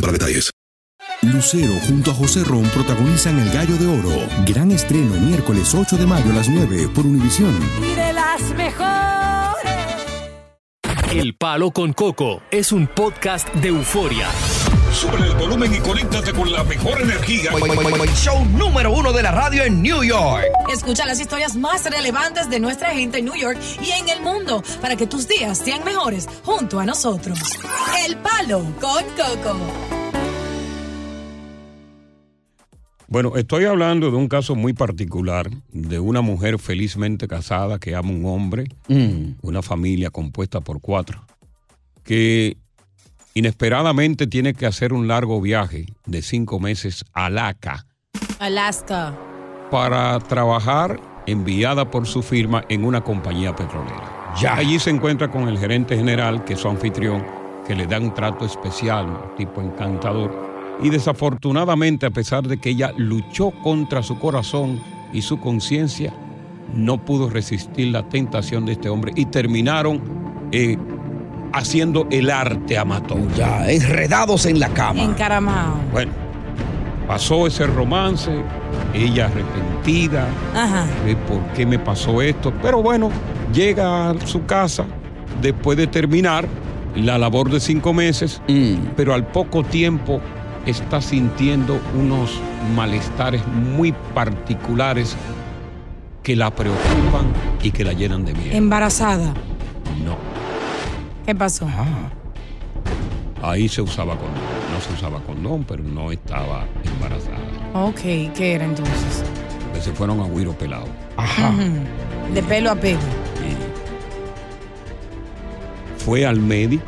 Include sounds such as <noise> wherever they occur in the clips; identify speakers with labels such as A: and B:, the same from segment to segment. A: para detalles.
B: Lucero junto a José Ron protagonizan El Gallo de Oro. Gran estreno miércoles 8 de mayo a las 9 por Univisión.
C: y de las mejores.
D: El Palo con Coco es un podcast de euforia.
E: Sube el volumen y conéctate con la mejor energía.
F: Show número uno de la radio en New York.
G: Escucha las historias más relevantes de nuestra gente en New York y en el mundo para que tus días sean mejores junto a nosotros. El Palo con Coco.
E: Bueno, estoy hablando de un caso muy particular de una mujer felizmente casada que ama a un hombre,
B: Mm,
E: una familia compuesta por cuatro, que inesperadamente tiene que hacer un largo viaje de cinco meses a Laca
G: Alaska.
E: para trabajar enviada por su firma en una compañía petrolera.
B: Ya.
E: Allí se encuentra con el gerente general, que es su anfitrión, que le da un trato especial, un tipo encantador. Y desafortunadamente, a pesar de que ella luchó contra su corazón y su conciencia, no pudo resistir la tentación de este hombre y terminaron eh, haciendo el arte amatorio.
B: Ya, enredados en la cama.
G: Encaramado.
E: Bueno, pasó ese romance, ella arrepentida,
G: Ajá.
E: de por qué me pasó esto. Pero bueno, llega a su casa después de terminar la labor de cinco meses, pero al poco tiempo está sintiendo unos malestares muy particulares que la preocupan y que la llenan de miedo.
G: Embarazada.
E: No, Ah.
G: ¿Qué pasó?
E: ahí se usaba condón. No se usaba condón, pero no estaba embarazada.
G: Ok, ¿qué era entonces?
E: Entonces Se fueron a Guiro Pelado.
G: De pelo a pelo.
E: y fue al médico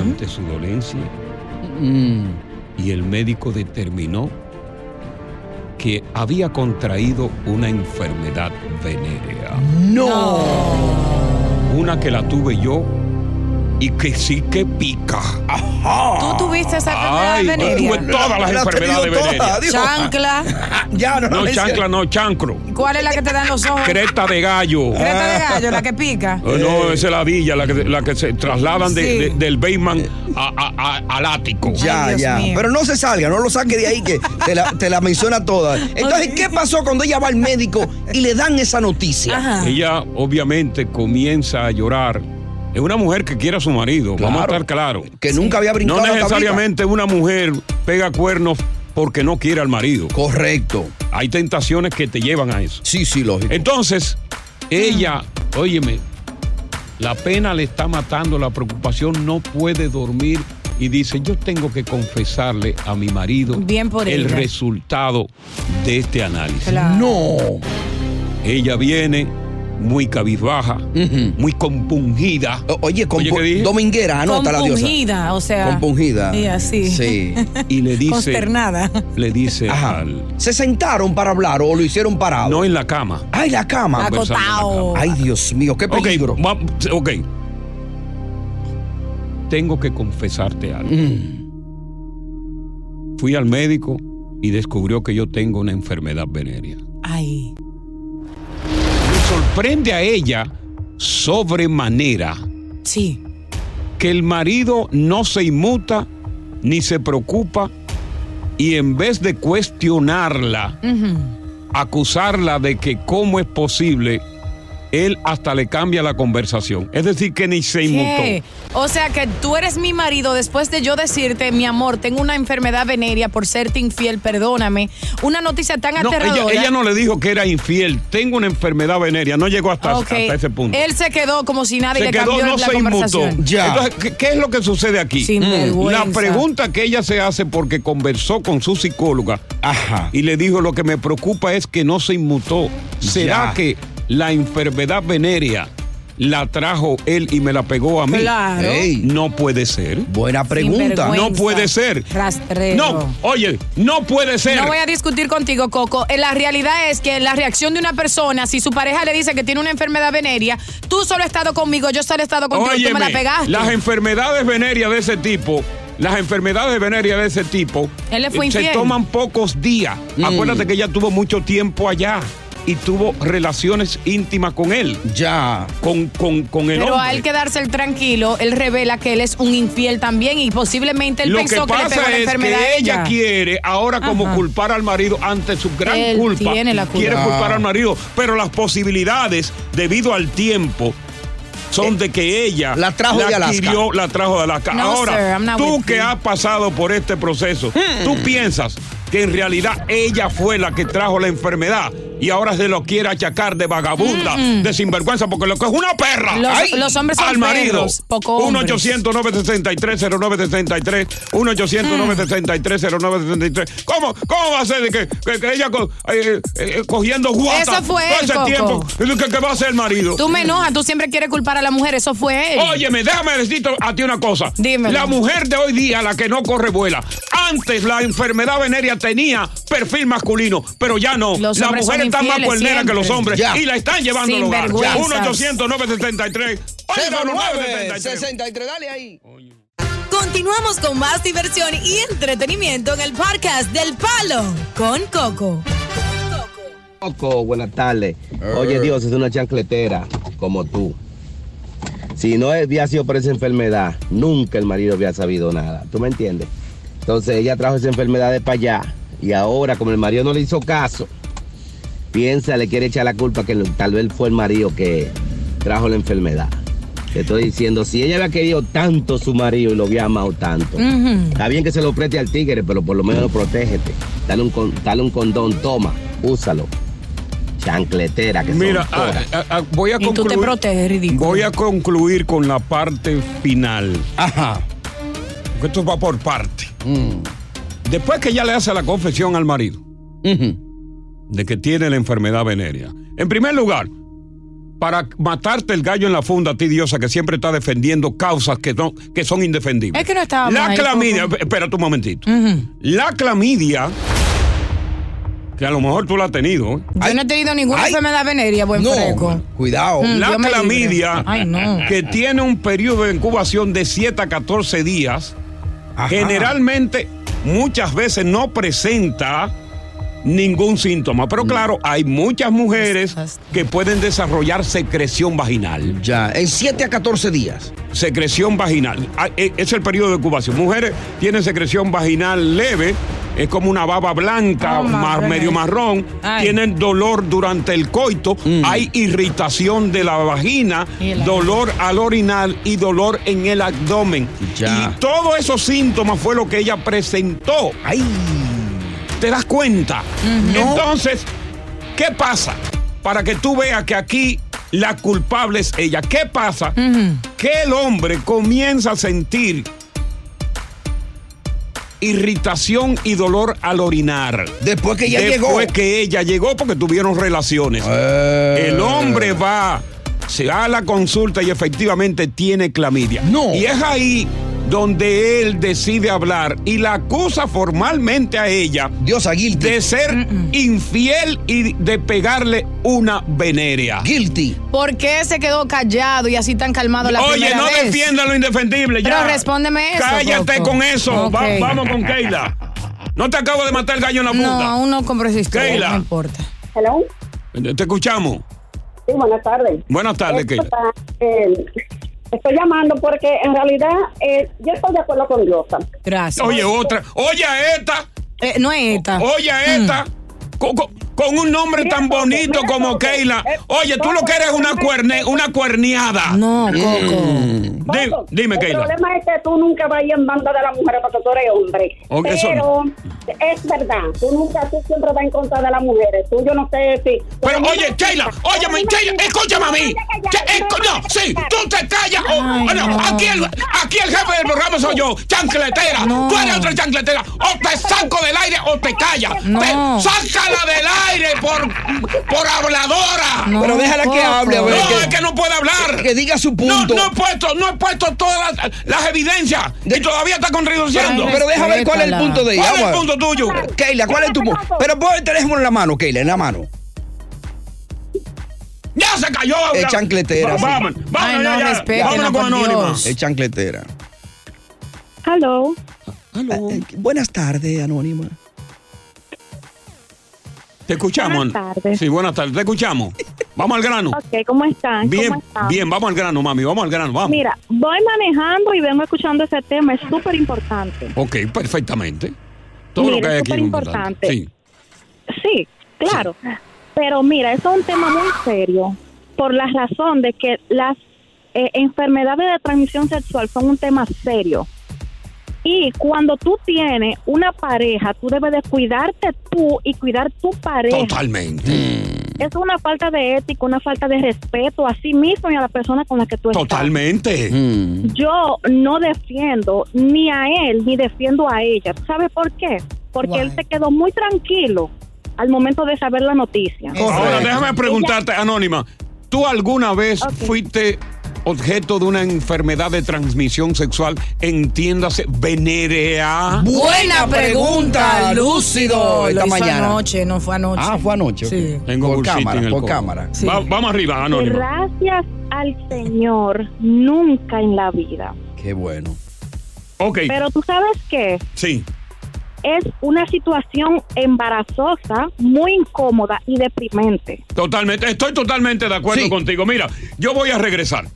E: ante su dolencia
B: mm.
G: Mm.
E: y el médico determinó que había contraído una enfermedad venérea. ¡No! Una que la tuve yo y que sí que pica.
G: ¿Tú tuviste esa
E: Ah. Ay,
G: enfermedad
E: yo tuve
G: venérea?
E: todas las
B: La ha
E: enfermedades
B: tenido todas,
E: venéreas.
B: Dios.
G: Chancla.
B: <laughs> Ya, no,
E: No
B: le hice-
E: chancla, no chancro.
G: ¿Cuál es la que te dan los ojos?
E: Creta de gallo.
G: Ah. Creta de gallo, la que pica.
E: Eh, No, esa es la villa, la que, la que se trasladan de-
G: Sí.
E: de-
G: Eh.
E: del basement a- a- a- al ático.
G: Ay,
B: Ya,
G: Dios
B: ya.
G: mío.
B: Pero no se salga, no lo saque de ahí que te la, te la menciona
G: <laughs>
B: toda. Entonces,
G: Ok.
B: ¿qué pasó cuando ella va al médico y le dan esa noticia?
G: Ajá.
E: Ella obviamente comienza a llorar. Es una mujer que quiere a su marido, vamos a
B: Claro.
E: estar claros.
B: Que nunca había brincado.
E: No
B: hasta ahorita.
E: necesariamente una mujer pega cuernos porque no quiere al marido.
B: Correcto.
E: Hay tentaciones que te llevan a eso.
B: Sí, sí, lógico.
E: Entonces, ella, óyeme, la pena le está matando, la preocupación, no puede dormir y dice, yo tengo que confesarle a mi marido
G: Bien por
E: el
G: ella.
E: resultado de este análisis.
G: Claro.
B: No.
E: Ella viene muy cabizbaja,
B: Ujú.
E: muy compungida.
B: O- Oye, con
E: Oye, ¿qué dije?
B: Dominguera, anota la diosa.
G: Compungida, o sea.
B: Compungida.
G: Y así.
B: Sí.
E: y le dice,
G: Consternada.
E: <laughs> le dice
B: Ajá.
E: al-
B: ¿Se sentaron para hablar o lo hicieron parado?
E: no en la cama.
B: Ay, la cama.
E: Conversando en la cama.
G: Acotado.
B: Ay, Dios mío, qué
E: Ok,
B: peligro.
E: va- ok. Tengo que confesarte algo.
B: Mm.
E: Fui al médico y descubrió que yo tengo una enfermedad venérea.
G: Ay.
E: Me sorprende a ella sobremanera
G: Sí.
E: que el marido no se inmuta ni se preocupa y en vez de cuestionarla,
G: Ujú.
E: acusarla de que cómo es posible él hasta le cambia la conversación. Es decir, que ni se inmutó.
G: ¿Qué? O sea que tú eres mi marido después de yo decirte, mi amor, tengo una enfermedad venérea por serte infiel, perdóname. Una noticia tan
E: No, ella,
G: aterradora.
E: ella no le dijo que era infiel. Tengo una enfermedad venérea. No llegó hasta,
G: Ok.
E: hasta ese punto.
G: Él se quedó como si nada y
E: se
G: le
E: quedó,
G: cambió
E: no
G: la
E: se inmutó.
G: conversación.
F: Ya.
E: Entonces, ¿qué, qué es lo que sucede aquí? Mm.
G: Sin vergüenza.
E: La pregunta que ella se hace porque conversó con su psicóloga
F: Ajá.
E: y le dijo lo que me preocupa es que no se inmutó. ¿Será
F: Ya.
E: que la enfermedad venérea la trajo él y me la pegó a mí?
G: Claro.
F: Ey,
E: No puede ser.
F: buena pregunta.
G: Sinvergüenza.
E: No puede ser.
G: Rastrero.
E: No, oye, no puede ser.
G: No voy a discutir contigo, Coco. Eh, La realidad es que la reacción de una persona, si su pareja le dice que tiene una enfermedad venérea, tú solo has estado conmigo, yo solo he estado contigo, tú me la
E: Óyeme,
G: pegaste.
E: Las enfermedades venéreas de ese tipo, las enfermedades venéreas de ese tipo,
G: Él le fue
E: eh, se
G: infiel.
E: toman pocos días. Acuérdate que ella tuvo mucho tiempo allá y tuvo relaciones íntimas con él,
F: Ya.
E: con, con, con el
G: Pero
E: hombre.
G: al quedarse el tranquilo, él revela que él es un infiel también y posiblemente él
E: Lo que
G: pensó que, le pegó
E: pasa
G: la
E: es
G: enfermedad a
E: que ella quiere ahora como
G: Ajá.
E: culpar al marido ante su gran
G: Él
E: culpa.
G: tiene la culpa.
E: Quiere
F: Ah.
E: culpar al marido, pero las posibilidades debido al tiempo son de que ella
F: Eh, la trajo de Alaska.
E: adquirió, la trajo de Alaska.
G: No, sir,
E: ahora,
G: I'm not
E: tú
G: with
E: que
G: you. Mm.
E: has pasado por este proceso, tú piensas que en realidad ella fue la que trajo la enfermedad y ahora se lo quiere achacar de vagabunda, de sinvergüenza, porque lo que es una perra.
G: Mm, Los- los hombres son
E: al marido.
G: perros, poco hombres.
E: 1-800 963-0963, 1-800-963-0963. ¿Cómo, ¿Cómo va a ser de que, que- que ella co- eh, eh, cogiendo guata
G: Eso fue
E: todo
G: él,
E: ese
G: Coco.
E: tiempo? ¿Qué, qué va a hacer el marido?
G: Tú me enojas, tú siempre quieres culpar a la mujer, eso fue él.
E: Óyeme, déjame decirte a ti una cosa.
G: Dímelo.
E: La mujer de hoy día, la que no corre vuela. Antes la enfermedad venérea tenía perfil masculino, pero ya no.
G: Los
E: la
G: hombres
E: mujer
G: son
E: está más
G: infieles
E: cuernera que los
G: siempre.
E: hombres
F: Ya.
E: y la están llevando al hogar.
G: Sinvergüenzas.
E: 1-800-973.
F: 09,
E: 973.
F: 63, dale ahí.
G: Continuamos con más diversión y entretenimiento en el podcast del Palo con Coco.
H: Coco, buenas tardes. Oye, Dios, es una chancletera como tú. Si no había sido por esa enfermedad, nunca el marido había sabido nada. ¿Tú me entiendes? Entonces ella trajo esa enfermedad de para allá. Y ahora, como el marido no le hizo caso, piensa, le quiere echar la culpa que lo- tal vez fue el marido que trajo la enfermedad. Te estoy diciendo, si ella había querido tanto su marido y lo había amado tanto, está bien que se lo preste al tigre, pero por lo menos protégete. Dale un, con- dale un condón, toma, úsalo. Chancletera que son
E: Mira, ah,
H: todas.
E: ah, ah, voy a
G: Y tú te
E: concluir-
G: proteges, ridículo.
E: Voy a concluir con la parte final.
F: Ajá.
E: Porque esto va por parte.
H: Mm.
E: Después que ya le hace la confesión al marido de que tiene la enfermedad venérea. En primer lugar, para matarte el gallo en la funda a ti, Diosa, que siempre está defendiendo causas que, no, que son indefendibles.
G: Es que no estábamos
E: La
G: ahí,
E: clamidia,
G: Coco.
E: espérate un momentito. La clamidia, que a lo mejor tú la has tenido, ¿eh?
G: Yo
F: Ay.
G: no he tenido ninguna
F: Ay.
G: enfermedad venérea, buen
F: No,
G: freco.
F: cuidado.
G: Mm.
E: La
G: Dios me libre.
E: clamidia,
G: Ay, no.
E: que tiene un periodo de incubación de 7 a 14 días,
F: Ajá.
E: generalmente muchas veces no presenta ningún síntoma.
F: Mm.
E: Pero claro, hay muchas mujeres que pueden desarrollar secreción vaginal.
F: Ya, en 7 a 14 días.
E: Secreción vaginal. Ah, eh, Es el periodo de incubación. Mujeres tienen secreción vaginal leve. Es como una baba blanca,
G: Oh, my
E: mar-
G: goodness.
E: medio marrón.
G: Ay.
E: Tienen dolor durante el coito.
F: Mm.
E: Hay irritación de la vagina,
G: Y la-
E: dolor al orinar y dolor en el abdomen.
F: Ya.
E: Y todos esos síntomas fue lo que ella presentó.
F: Ay.
E: ¿Te das cuenta? Entonces, ¿qué pasa? Para que tú veas que aquí la culpable es ella. ¿Qué pasa? Que el hombre comienza a sentir irritación y dolor al orinar.
F: Después que ya llegó.
E: Después que ella llegó porque tuvieron relaciones.
F: Eh.
E: El hombre va, se da la consulta y efectivamente tiene clamidia.
F: No.
E: Y es ahí donde él decide hablar y la acusa formalmente a ella
F: Dios a guilty.
E: de ser infiel y de pegarle una venerea.
F: Guilty.
G: ¿Por qué se quedó callado y así tan calmado la
E: Oye,
G: primera
E: no
G: vez?
E: defienda lo indefendible.
G: Pero
E: ya.
G: respóndeme eso,
E: Cállate
G: Coco.
E: con eso. Va-
G: Ok.
E: vamos con Keila. No te acabo de matar el gallo en la
G: No,
E: punta.
G: aún no compré esa historia,
E: Keila.
G: no importa.
I: Hello.
E: Te escuchamos.
I: Sí, buenas tardes.
E: Buenas tardes,
I: Esto
E: Keila.
I: está, eh, estoy llamando porque en realidad eh, yo estoy de acuerdo con Diosa.
G: Gracias.
E: Oye, otra. Oye, a esta.
G: Eh, no es esta.
E: Oye, a esta. Co- co- Con un nombre tan bonito como Keila. Oye, tú lo que eres es una, cuerne, una cuerniada.
G: No,
E: Coco. dime,
I: El
E: Keila.
I: problema es que tú nunca vas a ir en banda de las mujeres porque tú eres hombre.
E: Ok, eso-
I: Pero es verdad, tú nunca, tú siempre vas en contra de las mujeres. Tú, yo no sé si.
E: Pero oye, Keila, óyeme, Keila, escúchame a mí. Che, escu- no, sí, tú te callas. o- o no, aquí el, aquí el jefe del programa soy yo, chancletera. Tú eres otra chancletera. O te saco del aire o te callas.
F: No.
E: Te- sácala del aire por, por habladora.
F: No, Pero déjala que hable, a ver,
E: No,
F: que-
E: es que no puede hablar.
F: que diga su punto.
E: No, no he puesto, no he puesto todas las, las evidencias. y todavía está contradiciendo.
F: Pero deja ver cuál es el punto de ella.
E: ¿Cuál es el
F: vamos a
E: punto
F: ver.
E: tuyo?
F: Keila, ¿cuál es tu punto? Pero pon el teléfono en la mano, Keila, en la mano.
E: Ya se cayó.
F: Es
E: ya.
F: chancletera. sí.
E: Vámonos, vámonos, ya, ya. Vámonos con Anónima.
F: Es chancletera.
J: Hello.
K: Eh,
F: Buenas tardes, Anónima.
E: Te escuchamos.
J: Buenas tardes.
E: Sí, buenas tardes. Te
J: <laughs>
E: escuchamos. Vamos al grano.
J: Ok, ¿cómo están?
E: Bien,
J: ¿Cómo están?
E: bien, vamos al grano, mami. Vamos al grano, vamos.
J: Mira, voy manejando y vengo escuchando ese tema, es súper importante.
E: Ok, perfectamente. Todo
J: Mira,
E: lo que hay
J: es
E: aquí es importante.
J: superimportante.
E: Sí.
J: Sí, claro. Pero mira, eso es un tema muy serio por la razón de que las eh, enfermedades de transmisión sexual son un tema serio. Y cuando tú tienes una pareja, tú debes de cuidarte tú y cuidar tu pareja.
E: Totalmente.
J: Es una falta de ética, una falta de respeto a sí mismo y a la persona con la que tú estás.
E: Totalmente.
J: Yo no defiendo ni a él ni defiendo a ella. ¿Tú ¿Sabes por qué? Porque él se quedó muy tranquilo al momento de saber la noticia.
E: Ahora déjame preguntarte, Anónima. ¿Tú alguna vez fuiste objeto de una enfermedad de transmisión sexual? Entiéndase, venerea.
G: Buena pregunta, lúcido.
E: Esta
G: Lo hizo
E: mañana.
G: anoche, no fue anoche.
E: Ah, fue anoche,
G: Sí.
E: Tengo
F: Por
E: bolsita
F: cámara,
E: en el
F: por
E: codo.
F: cámara.
E: Va- vamos arriba, Anónima.
J: Gracias al Señor, nunca en la vida.
F: Qué bueno.
E: Ok.
J: Pero tú sabes qué?
E: Sí.
J: Es una situación embarazosa, muy incómoda y deprimente.
E: Totalmente, estoy totalmente de acuerdo contigo. Mira, yo voy a regresar.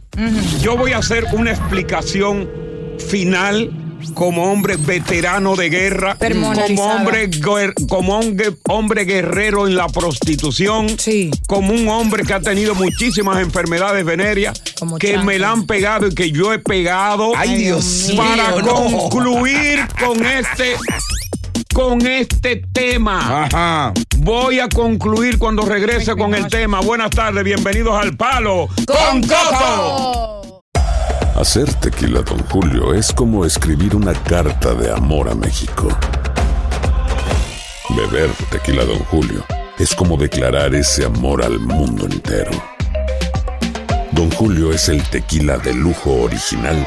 E: Yo voy a hacer una explicación final como hombre veterano de guerra, como
G: Pormenorizada.
E: hombre, guer- como hombre, hombre guerrero en la prostitución, como un hombre que ha tenido muchísimas enfermedades venéreas, que me la han pegado y que yo he pegado.
F: Ay, Dios
E: Para
F: mío, no.
E: concluir con este con este tema. Voy a concluir cuando regrese con el tema. Buenas tardes, bienvenidos al Palo con Coco.
L: Hacer tequila, Don Julio, es como escribir una carta de amor a México. Beber tequila, Don Julio, es como declarar ese amor al mundo entero. Don Julio es el tequila de lujo original,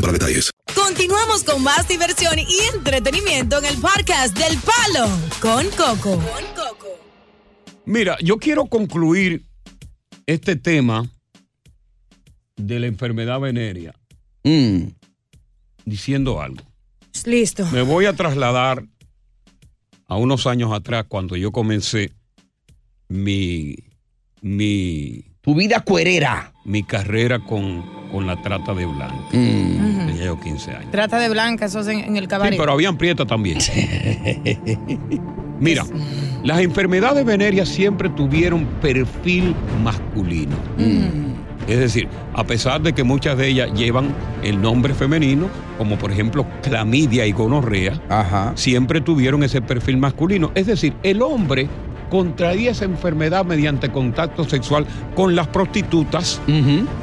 A: para detalles.
G: Continuamos con más diversión y entretenimiento en el podcast del Palo con Coco.
E: Mira, yo quiero concluir este tema de la enfermedad venérea
F: Mm.
E: diciendo algo.
G: Listo.
E: Me voy a trasladar a unos años atrás cuando yo comencé mi. mi
F: tu vida cuerera.
E: Mi carrera con, con la trata de blanca.
F: Mm.
E: Tenía yo 15 años.
G: Trata de blanca, eso es en, en el
E: Sí,
G: cabaret.
E: pero habían prieta también. Mira, las enfermedades venéreas siempre tuvieron perfil masculino. Es decir, a pesar de que muchas de ellas llevan el nombre femenino, como por ejemplo clamidia y gonorrea, siempre tuvieron ese perfil masculino. Es decir, el hombre contra esa enfermedad mediante contacto sexual con las prostitutas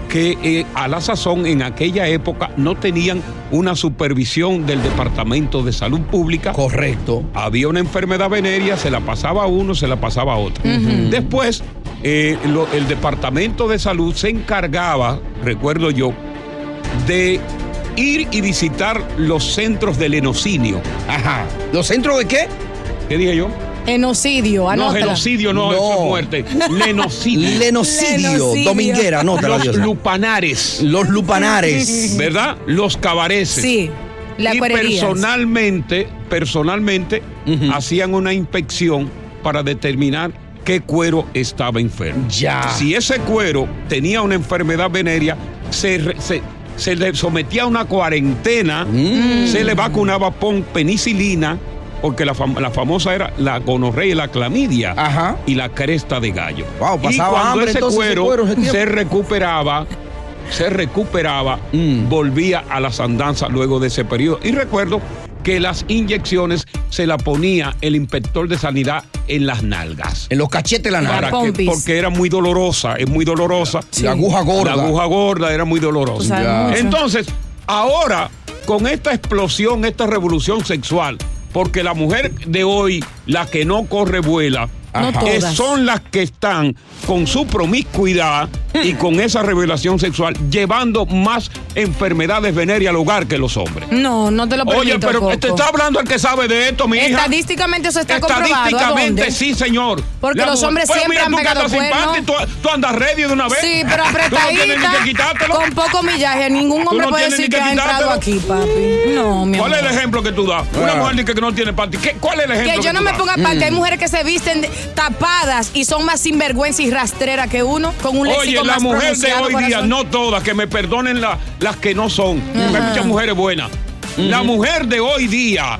E: que eh, a la sazón en aquella época no tenían una supervisión del Departamento de Salud Pública.
K: Correcto.
E: Había una enfermedad venérea, se la pasaba a uno, se la pasaba a otro.
K: Ujú.
E: Después, eh, lo- el Departamento de Salud se encargaba, recuerdo yo, de ir y visitar los centros del enocinio. Ajá.
K: ¿Los centros de qué?
E: ¿Qué dije yo?
G: Genocidio,
E: No,
G: anótala.
E: genocidio, no, eso es muerte. Lenocidio.
K: <laughs> Lenocidio, Lenocidio. dominguera, anótala,
E: Los
K: Diosa.
E: lupanares.
K: Los lupanares.
E: ¿Verdad? Los cabareces.
G: Sí, la
E: y
G: cuerería.
E: personalmente, personalmente, hacían una inspección para determinar qué cuero estaba enfermo.
K: Ya.
E: Si ese cuero tenía una enfermedad venérea, se, re- se- se le sometía a una cuarentena,
K: Mm.
E: se le vacunaba con penicilina, porque la, fam- la famosa era la gonorrea y la clamidia y la cresta de gallo.
K: Wow,
E: y
K: pasaba
E: cuando
K: hambre,
E: ese
K: entonces, ese
E: cuero,
K: cuero, ese tiempo.
E: se recuperaba, se recuperaba,
K: Mm.
E: volvía a las andanzas luego de ese periodo. Y recuerdo que las inyecciones se la ponía el inspector de sanidad en las nalgas.
K: En los cachetes la nalga.
E: Para que-
K: Pompis.
E: porque era muy dolorosa, es muy dolorosa.
K: Sí. La aguja gorda.
E: La aguja gorda era muy
K: Tú
E: dolorosa.
K: sabes Ya. mucho.
E: Entonces, ahora, con esta explosión, esta revolución sexual, porque la mujer de hoy, la que no corre vuela,
K: No
E: Ajá.
K: todas.
E: es- son las que están con su promiscuidad y
G: Mm.
E: con esa revelación sexual llevando más enfermedades venéreas al hogar que los hombres.
G: No, no te lo permito,
E: Oye, pero
G: Coco.
E: te está hablando el que sabe de esto, mi hija.
G: Estadísticamente eso está comprobado. ¿A
E: Estadísticamente,
G: dónde?
E: sí, señor.
G: Porque los
E: mujer-
G: hombres
E: Pues
G: siempre
E: mira,
G: han
E: tú que
G: pegado
E: estás simpática y Tú, tú andas ready de una vez. <laughs>
G: Sí, pero
E: Tú no tienes ni
G: apretadita,
E: que quitártelo.
G: con poco millaje. Ningún
E: Tú
G: hombre
E: no
G: puede
E: tienes ni
G: decir que,
E: que
G: ha entrado
E: quitártelo.
G: aquí, papi. No, mi
E: ¿Cuál
G: amor.
E: es el ejemplo que tú das? Una
K: Ah.
E: mujer dice que no tiene panty. ¿Qué- ¿Cuál es el ejemplo?
G: Que yo no
E: tú
G: me
E: das?
G: ponga parte.
K: Mm.
G: Hay mujeres que se visten de- tapadas y son más sinvergüenza y rastrera que uno, con un léxico
E: Oye, la
G: más
E: mujer de
G: pronunciado,
E: hoy día,
G: corazón.
E: no todas, que me perdonen la- las que no son, hay muchas mujeres buenas. La mujer de hoy día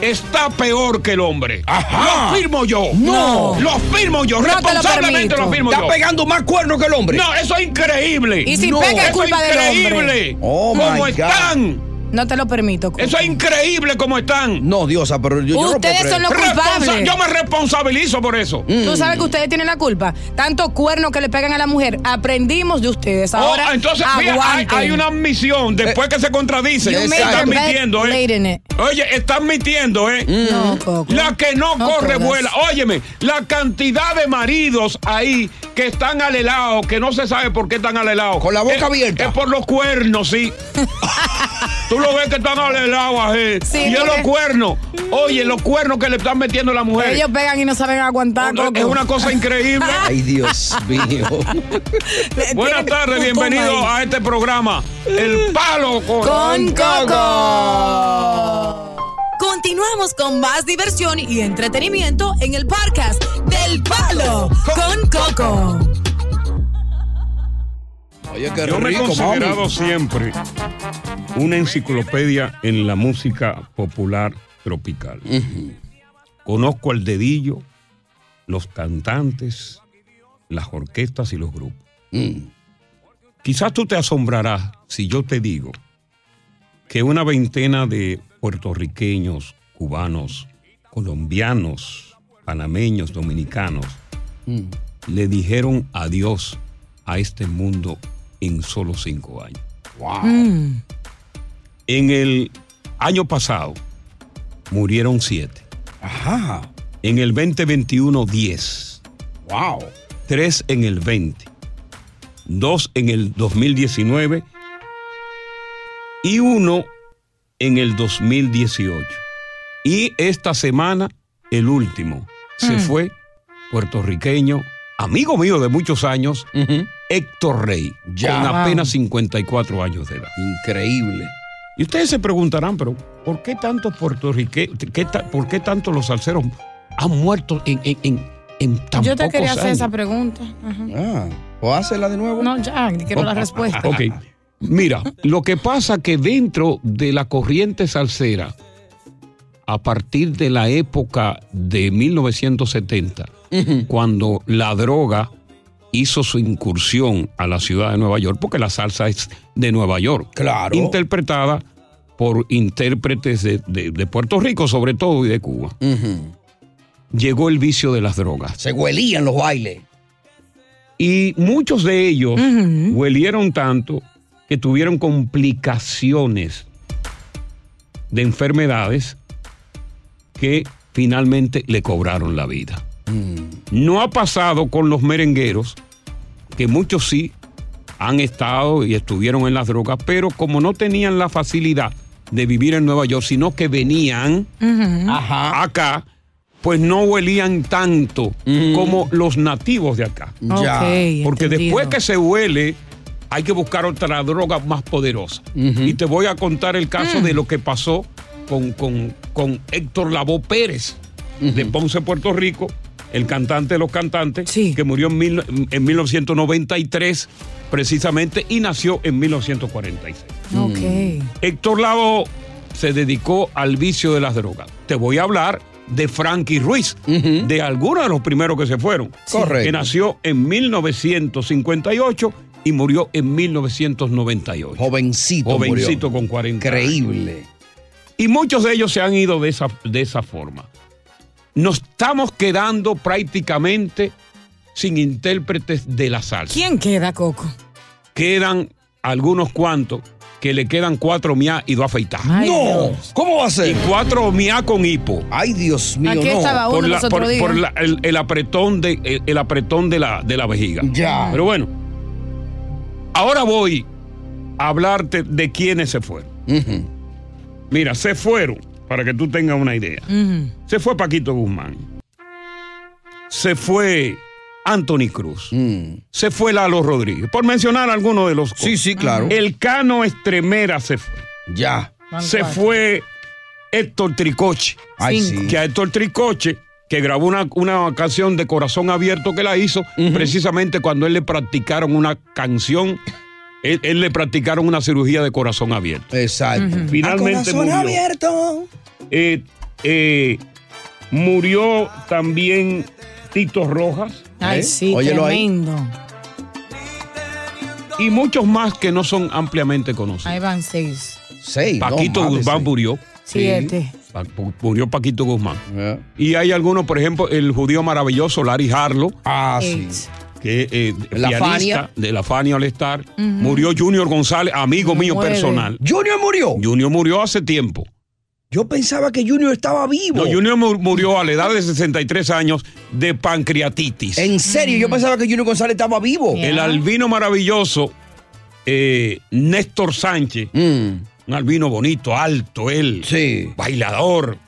E: está peor que el hombre. Lo firmo yo.
K: No.
E: Lo firmo yo.
K: No te lo
E: Responsablemente
K: permito.
E: lo, firmo
K: Está
E: yo.
K: pegando más cuernos que el hombre.
E: No, eso es increíble.
G: Y si
E: No.
G: pega, es
E: Eso
G: culpa del hombre.
E: increíble.
K: Oh, my
E: ¿Cómo
K: God.
E: están?
G: No te lo permito. Coco.
E: Eso es increíble como están.
K: No, Diosa, pero yo, yo no puedo
G: Ustedes
K: creer.
G: son los
E: Responsa-
G: culpables.
E: yo me responsabilizo por eso.
K: Mm.
G: Tú sabes que ustedes tienen la culpa. Tanto cuerno que le pegan a la mujer. Aprendimos de ustedes.
E: Oh,
G: Ahora
E: entonces, mira, hay,
G: aguanten.
E: hay una admisión después que se contradice.
G: You made
E: Está
G: the bed
E: admitiendo,
G: late in
E: ¿eh?
G: it.
E: Oye, está admitiendo, ¿eh?
G: No, Coco.
E: La que no,
G: No
E: corre
G: todas.
E: vuela. Óyeme, la cantidad de maridos ahí que están alelados, que no se sabe por qué están alelados. Con la boca abierta. Es por los cuernos,
G: <laughs>
E: sí. Tú lo ves que están alelados ahí.
G: Sí,
E: y es
G: porque-
E: los cuernos. Oye, los cuernos que le están metiendo la mujer.
G: Ellos pegan y no saben aguantar.
E: No,
G: Coco.
E: es una cosa increíble.
K: Ay,
G: <laughs>
K: Dios mío.
E: Buenas tardes,
G: punto
E: bienvenido
G: mal.
E: a este programa, El Palo con,
G: Con Coco. Continuamos con más diversión y entretenimiento en el podcast del Palo con Coco.
K: Oye, qué
E: Yo me he
K: rico,
E: considerado
K: mami.
E: siempre una enciclopedia en la música popular tropical. Conozco al dedillo, los cantantes, las orquestas y los grupos. Quizás tú te asombrarás si yo te digo que una veintena de puertorriqueños, cubanos, colombianos, panameños, dominicanos,
K: Mm.
E: le dijeron adiós a este mundo en solo cinco años.
K: Mm.
G: Mm.
E: En el año pasado murieron siete.
K: Ajá.
E: En el 2021, 10.
K: Wow.
E: Tres en el 20. Dos en el 2019. Y uno en el 2018. Y esta semana, el último. Se fue puertorriqueño, amigo mío de muchos años, Héctor Rey,
K: Ya.
E: con apenas 54 años de edad.
K: Increíble.
E: Y ustedes se preguntarán, pero ¿por qué tantos puertorriqueños, qué ta- por qué tantos los salseros han muerto en, en, en, en tan
G: Yo te
E: pocos
G: quería hacer
E: años?
G: esa pregunta. Ajá.
K: Ah, ¿o hacerla de nuevo?
G: No, ya, quiero la respuesta.
E: Ah, Oh. Ok. Mira, lo que pasa que dentro de la corriente salsera, a partir de la época de 1970, cuando la droga hizo su incursión a la ciudad de Nueva York, porque la salsa es de Nueva York.
K: Claro.
E: Interpretada por intérpretes de, de- de Puerto Rico, sobre todo, y de Cuba. llegó el vicio de las drogas.
K: Se huelían los bailes.
E: Y muchos de ellos huelieron tanto que tuvieron complicaciones de enfermedades que finalmente le cobraron la vida. No ha pasado con los merengueros, que muchos sí han estado y estuvieron en las drogas, pero como no tenían la facilidad de vivir en Nueva York, sino que venían acá, pues no huelían tanto como los nativos de acá.
K: Mm. Ya. Ok,
E: Porque
K: entendido.
E: después que se huele, hay que buscar otra droga más poderosa. Y te voy a contar el
K: Mm.
E: caso de lo que pasó con, con- con Héctor Lavoe Pérez de Ponce, Puerto Rico, el cantante de los cantantes, que murió en, mil- en 1993 precisamente y nació en 1946.
G: Ok.
E: Héctor Lavoe se dedicó al vicio de las drogas. Te voy a hablar de Frankie Ruiz, de algunos de los primeros que se fueron.
K: Sí. Correcto.
E: Que nació en 1958 y murió en 1998. Jovencito.
K: murió.
E: Jovencito con 40. Increíble. Y muchos de ellos se han ido de esa, de esa forma. Nos estamos quedando prácticamente sin intérpretes de la salsa
G: ¿Quién queda, Coco?
E: quedan algunos cuantos que le quedan cuatro miá y dos afeitadas.
G: Ay,
K: ¡No!
E: ¿Cómo va a ser? Y cuatro miá con hipo.
K: Ay, Dios mío,
G: Aquí
K: no.
G: estaba uno
E: por la-
G: los otros
E: por-
G: días.
E: por la- el, el apretón de el, el apretón de la de la vejiga.
K: Ya.
E: Pero bueno, ahora voy a hablarte de quiénes se fueron. Mira, se fueron para que tú tengas una idea.
G: Mm.
E: Se fue Paquito Guzmán. Se fue Anthony Cruz.
K: Mm.
E: Se fue Lalo Rodríguez. Por mencionar algunos de los. Sí, sí,
K: claro.
E: El Cano Estremera se fue. Ya.
K: Van
E: Se
K: cuatro.
E: fue Héctor Tricoche.
K: Ay, Cinco. sí.
E: Que a Héctor Tricoche, que grabó una, una canción de corazón abierto que la hizo, precisamente cuando él le practicaron una canción. Él, él le practicaron una cirugía de corazón abierto. Exacto. Finalmente
K: Ah, corazón
E: murió.
K: abierto.
E: Eh, eh, murió también Tito Rojas.
G: Ay,
E: ¿eh?
G: sí, tremendo.
E: Y muchos más que no son ampliamente conocidos.
G: Ahí van seis.
E: Paquito
G: no, más de
E: Guzmán
G: seis.
E: murió.
G: Siete.
E: Pa- pu- Murió Paquito Guzmán. Y hay algunos, por ejemplo, el judío maravilloso Larry Harlow. Ah,
G: sí.
E: Que eh,
K: La
E: pianista
K: Fania.
E: de la Fania All Star.
K: Ujú.
E: Murió Junior González, amigo mío
K: Nueve.
E: personal. ¿Junior murió? Junior murió hace tiempo.
K: Yo pensaba que Junior estaba vivo.
E: No, Junior mu- murió a la edad de 63 años de pancreatitis.
K: En serio, yo pensaba que Junior González estaba vivo.
E: El albino maravilloso, eh, Néstor Sánchez, un albino bonito, alto, él, bailador,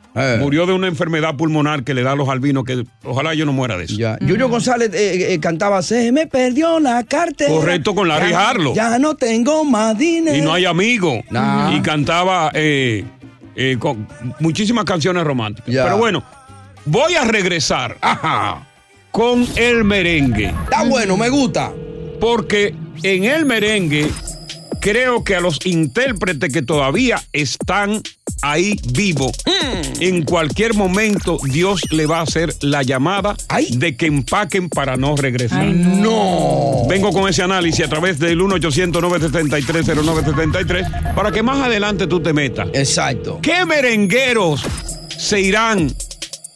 E: murió de una enfermedad pulmonar que le da a los albinos, que ojalá yo no muera de eso.
G: Mm.
K: Junior González eh, eh, cantaba Se me perdió la cartera.
E: Correcto, con Larry
K: Ya-
E: Harlow.
K: Ya no tengo más dinero.
E: Y no hay amigo. Y cantaba eh, eh, con muchísimas canciones románticas. Pero bueno, voy a regresar con el merengue. Está bueno, me gusta. Porque en el merengue creo que a los intérpretes que todavía están ahí vivos, en cualquier momento Dios le va a hacer la llamada de que empaquen para no regresar. no. Vengo con ese análisis a través del 1 800 973 0973 para que más adelante tú te metas. Exacto. ¿Qué merengueros se irán?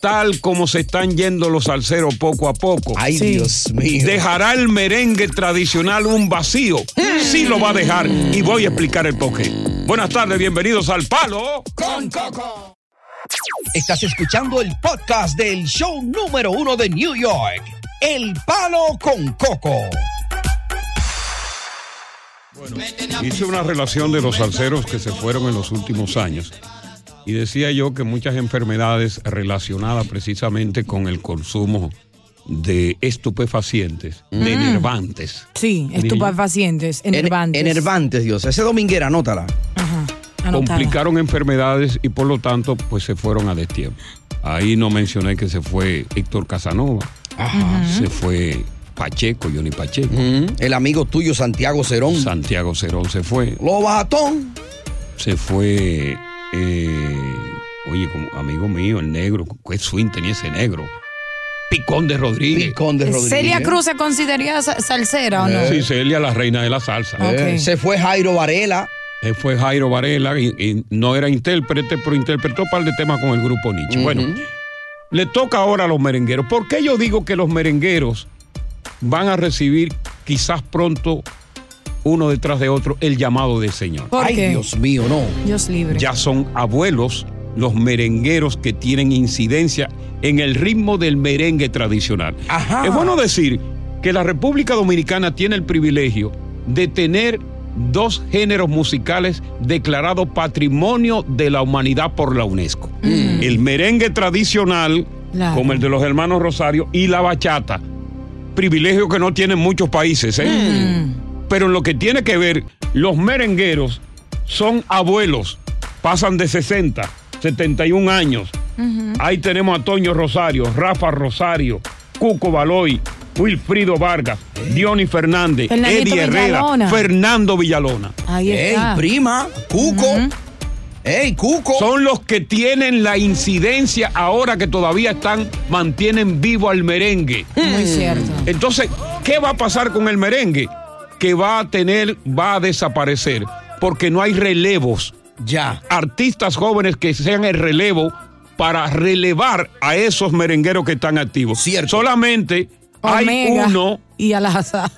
E: Tal como se están yendo los salseros poco a poco. Ay, Dios mío. ¿Dejará el merengue tradicional un vacío? Sí lo va a dejar. Y voy a explicar el porqué. Buenas tardes, bienvenidos al Palo.
K: Con Coco. Estás escuchando el podcast del show número uno de New York. El palo con Coco.
E: Hice una relación de los salseros que se fueron en los últimos años y decía yo que muchas enfermedades relacionadas precisamente con el consumo de estupefacientes, de enervantes.
G: Sí,
E: Ni-
G: estupefacientes, enervantes.
E: Enervantes, Dios. Ese dominguera, anótala.
G: Anotada.
E: Complicaron enfermedades y por lo tanto, pues se fueron a destiempo. Ahí no mencioné que se fue Héctor Casanova, se fue Pacheco, Johnny Pacheco. El amigo tuyo, Santiago Cerón. Santiago Cerón se fue.
K: Lo batón.
E: se fue, eh, oye, como amigo mío, el negro, ¿qué swing tenía ese negro? Picón de Rodríguez. Picón
G: ¿Celia Cruz se consideraría sa- salsera o no?
E: Sí, Celia, la reina de la salsa.
G: Ok.
K: Se fue Jairo Varela.
E: Se Eh, fue Jairo Varela y, y no era intérprete, pero interpretó un par de temas con el grupo Nietzsche. Bueno, Le toca ahora a los merengueros. ¿Por qué yo digo que los merengueros van a recibir quizás pronto uno detrás de otro el llamado del Señor?
G: ¿Por
E: Ay,
G: qué?
E: Dios mío, no.
G: Dios libre.
E: Ya son abuelos los merengueros que tienen incidencia en el ritmo del merengue tradicional. Es bueno decir que la República Dominicana tiene el privilegio de tener dos géneros musicales declarados Patrimonio de la Humanidad por la UNESCO. El merengue tradicional,
M: Claro.
E: como el de los hermanos Rosario, y la bachata. Privilegio que no tienen muchos países, ¿eh?
G: Mm.
E: Pero en lo que tiene que ver, los merengueros son abuelos, pasan de 60, 71 años. Ahí tenemos a Toño Rosario, Rafa Rosario, Cuco Baloy, Wilfrido Vargas, Diony Fernández,
G: Fernandito
E: Eddie Herrera,
G: Villalona.
E: Fernando Villalona.
G: Ahí está.
E: prima, Cuco. ¡Ey, Cuco! Son los que tienen la incidencia ahora que todavía están, mantienen vivo al merengue.
G: Muy cierto.
E: Entonces, ¿qué va a pasar con el merengue? Que va a tener, va a desaparecer, porque no hay relevos. Ya. Artistas jóvenes que sean el relevo para relevar a esos merengueros que están activos. Cierto. Solamente hay
G: Omega
E: uno.
G: Y Alaza.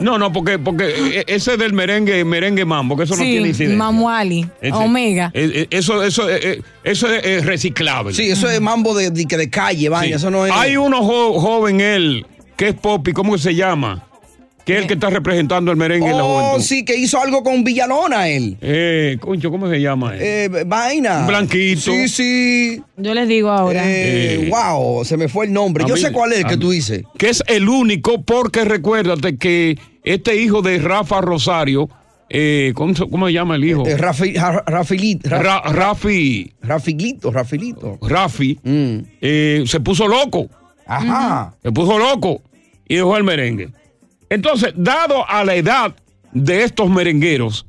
E: No, no, porque, porque eh, ese del merengue, merengue mambo, que eso no tiene
G: sí,
E: incidencia.
G: Mamuali.
E: Ese-
G: Omega.
E: eh, eh, Eso, eso, eh, eh, eso es, eh, reciclable.
K: Sí, eso es mambo de, de, que de calle, vaya,
E: Sí.
K: eso no es.
E: Hay uno jo- joven él, que es Poppy, ¿cómo que se llama? Que es el que está representando el merengue en la
K: Oh,
E: juventud.
K: sí, que hizo algo con Villalona él.
E: Eh, concho, ¿cómo se llama él?
K: Eh, vaina.
E: Blanquito.
K: Sí, sí.
G: Yo les digo ahora.
E: Eh.
K: Wow, se me fue el nombre. Yo
E: A mí-
K: sé cuál es el
E: a
K: que
E: mí-
K: tú dices.
E: Que es el único, porque recuérdate que este hijo de Rafa Rosario, eh, ¿cómo, se- cómo se llama el hijo?
K: Eh, Rafi, Ra- Rafilito.
E: Ra- Rafi.
K: Rafilito, Rafilito. Mm.
E: Rafi eh, se puso loco.
K: Ajá.
E: Se puso loco y dejó el merengue. Entonces, dado a la edad de estos merengueros,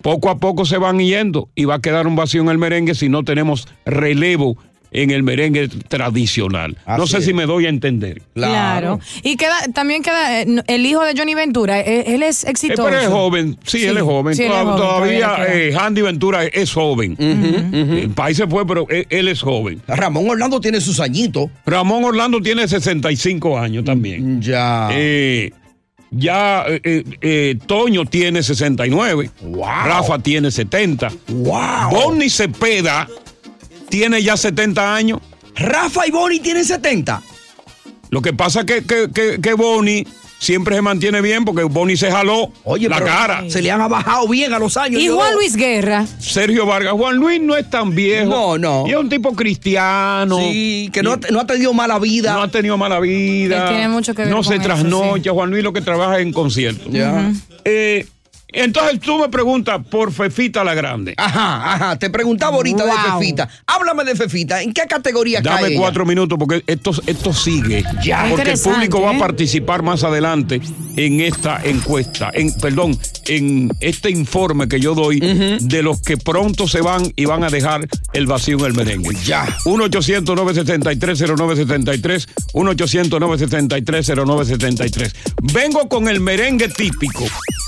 E: poco a poco se van yendo y va a quedar un vacío en el merengue si no tenemos relevo en el merengue tradicional. no sé si me doy a entender. Eh,
G: Claro. Y queda, también queda eh, no, el hijo de Johnny Ventura. eh, Él, es
E: Eh,
G: exitoso.
E: pero es joven, sí, él es joven.
G: sí, él es
E: Toda-
G: joven,
E: todavía
G: todavía le
E: eh, Handy Ventura es joven. El país se fue, pero él, él es joven.
K: Ramón Orlando tiene sus añitos.
E: Ramón Orlando tiene 65 años también.
K: Mm,
E: Eh,
K: Ya.
E: ya eh, eh, eh, Toño tiene 69. Rafa tiene 70. Bonnie Cepeda tiene ya 70 años.
K: Rafa y Bonnie tienen 70.
E: Lo que pasa es que, que, que- que Bonnie siempre se mantiene bien porque Bonnie se jaló la
K: pero
E: cara.
K: se le han abajado bien a los años.
G: Y
K: yo-
G: Juan Luis Guerra.
E: Sergio Vargas. Juan Luis no es tan viejo. No, no. Y es un tipo cristiano.
K: Sí, que no, ha- no ha tenido mala vida.
E: No ha tenido mala vida.
G: Él tiene mucho que ver
E: No
G: con
E: se
G: eso,
E: trasnocha. Juan Luis lo que trabaja es en conciertos.
K: Ya.
E: Eh, entonces tú me preguntas por Fefita la Grande.
K: Ajá, ajá. Te preguntaba ahorita de Fefita. Háblame de Fefita. ¿En qué categoría cae
E: Dame
K: ella?
E: cuatro minutos porque esto, esto sigue.
K: Ya.
E: Porque el
K: Interesante,
E: público va a
K: ¿eh?
E: participar más adelante en esta encuesta, en, perdón, en este informe que yo doy de los que pronto se van y van a dejar el vacío en el merengue. Ya. 1-800-973-0973, 1-800-973-0973. Vengo con el merengue típico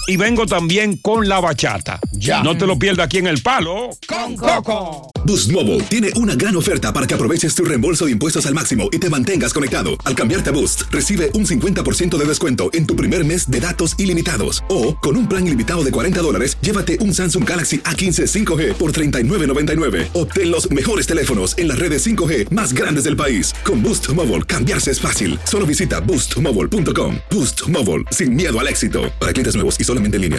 E: y vengo también con la bachata. Ya. No te lo pierdas aquí en El Palo.
K: Con Coco.
A: Boost Mobile tiene una gran oferta para que aproveches tu reembolso de impuestos al máximo y te mantengas conectado. Al cambiarte a Boost, recibe un 50% de descuento en tu primer mes de datos ilimitados. O, con un plan ilimitado de 40 dólares, llévate un Samsung Galaxy A15 5G por $39.99. Obtén los mejores teléfonos en las redes 5G más grandes del país. Con Boost Mobile, cambiarse es fácil. Solo visita boostmobile.com. Boost Mobile, sin miedo al éxito. Para clientes nuevos y solamente en línea,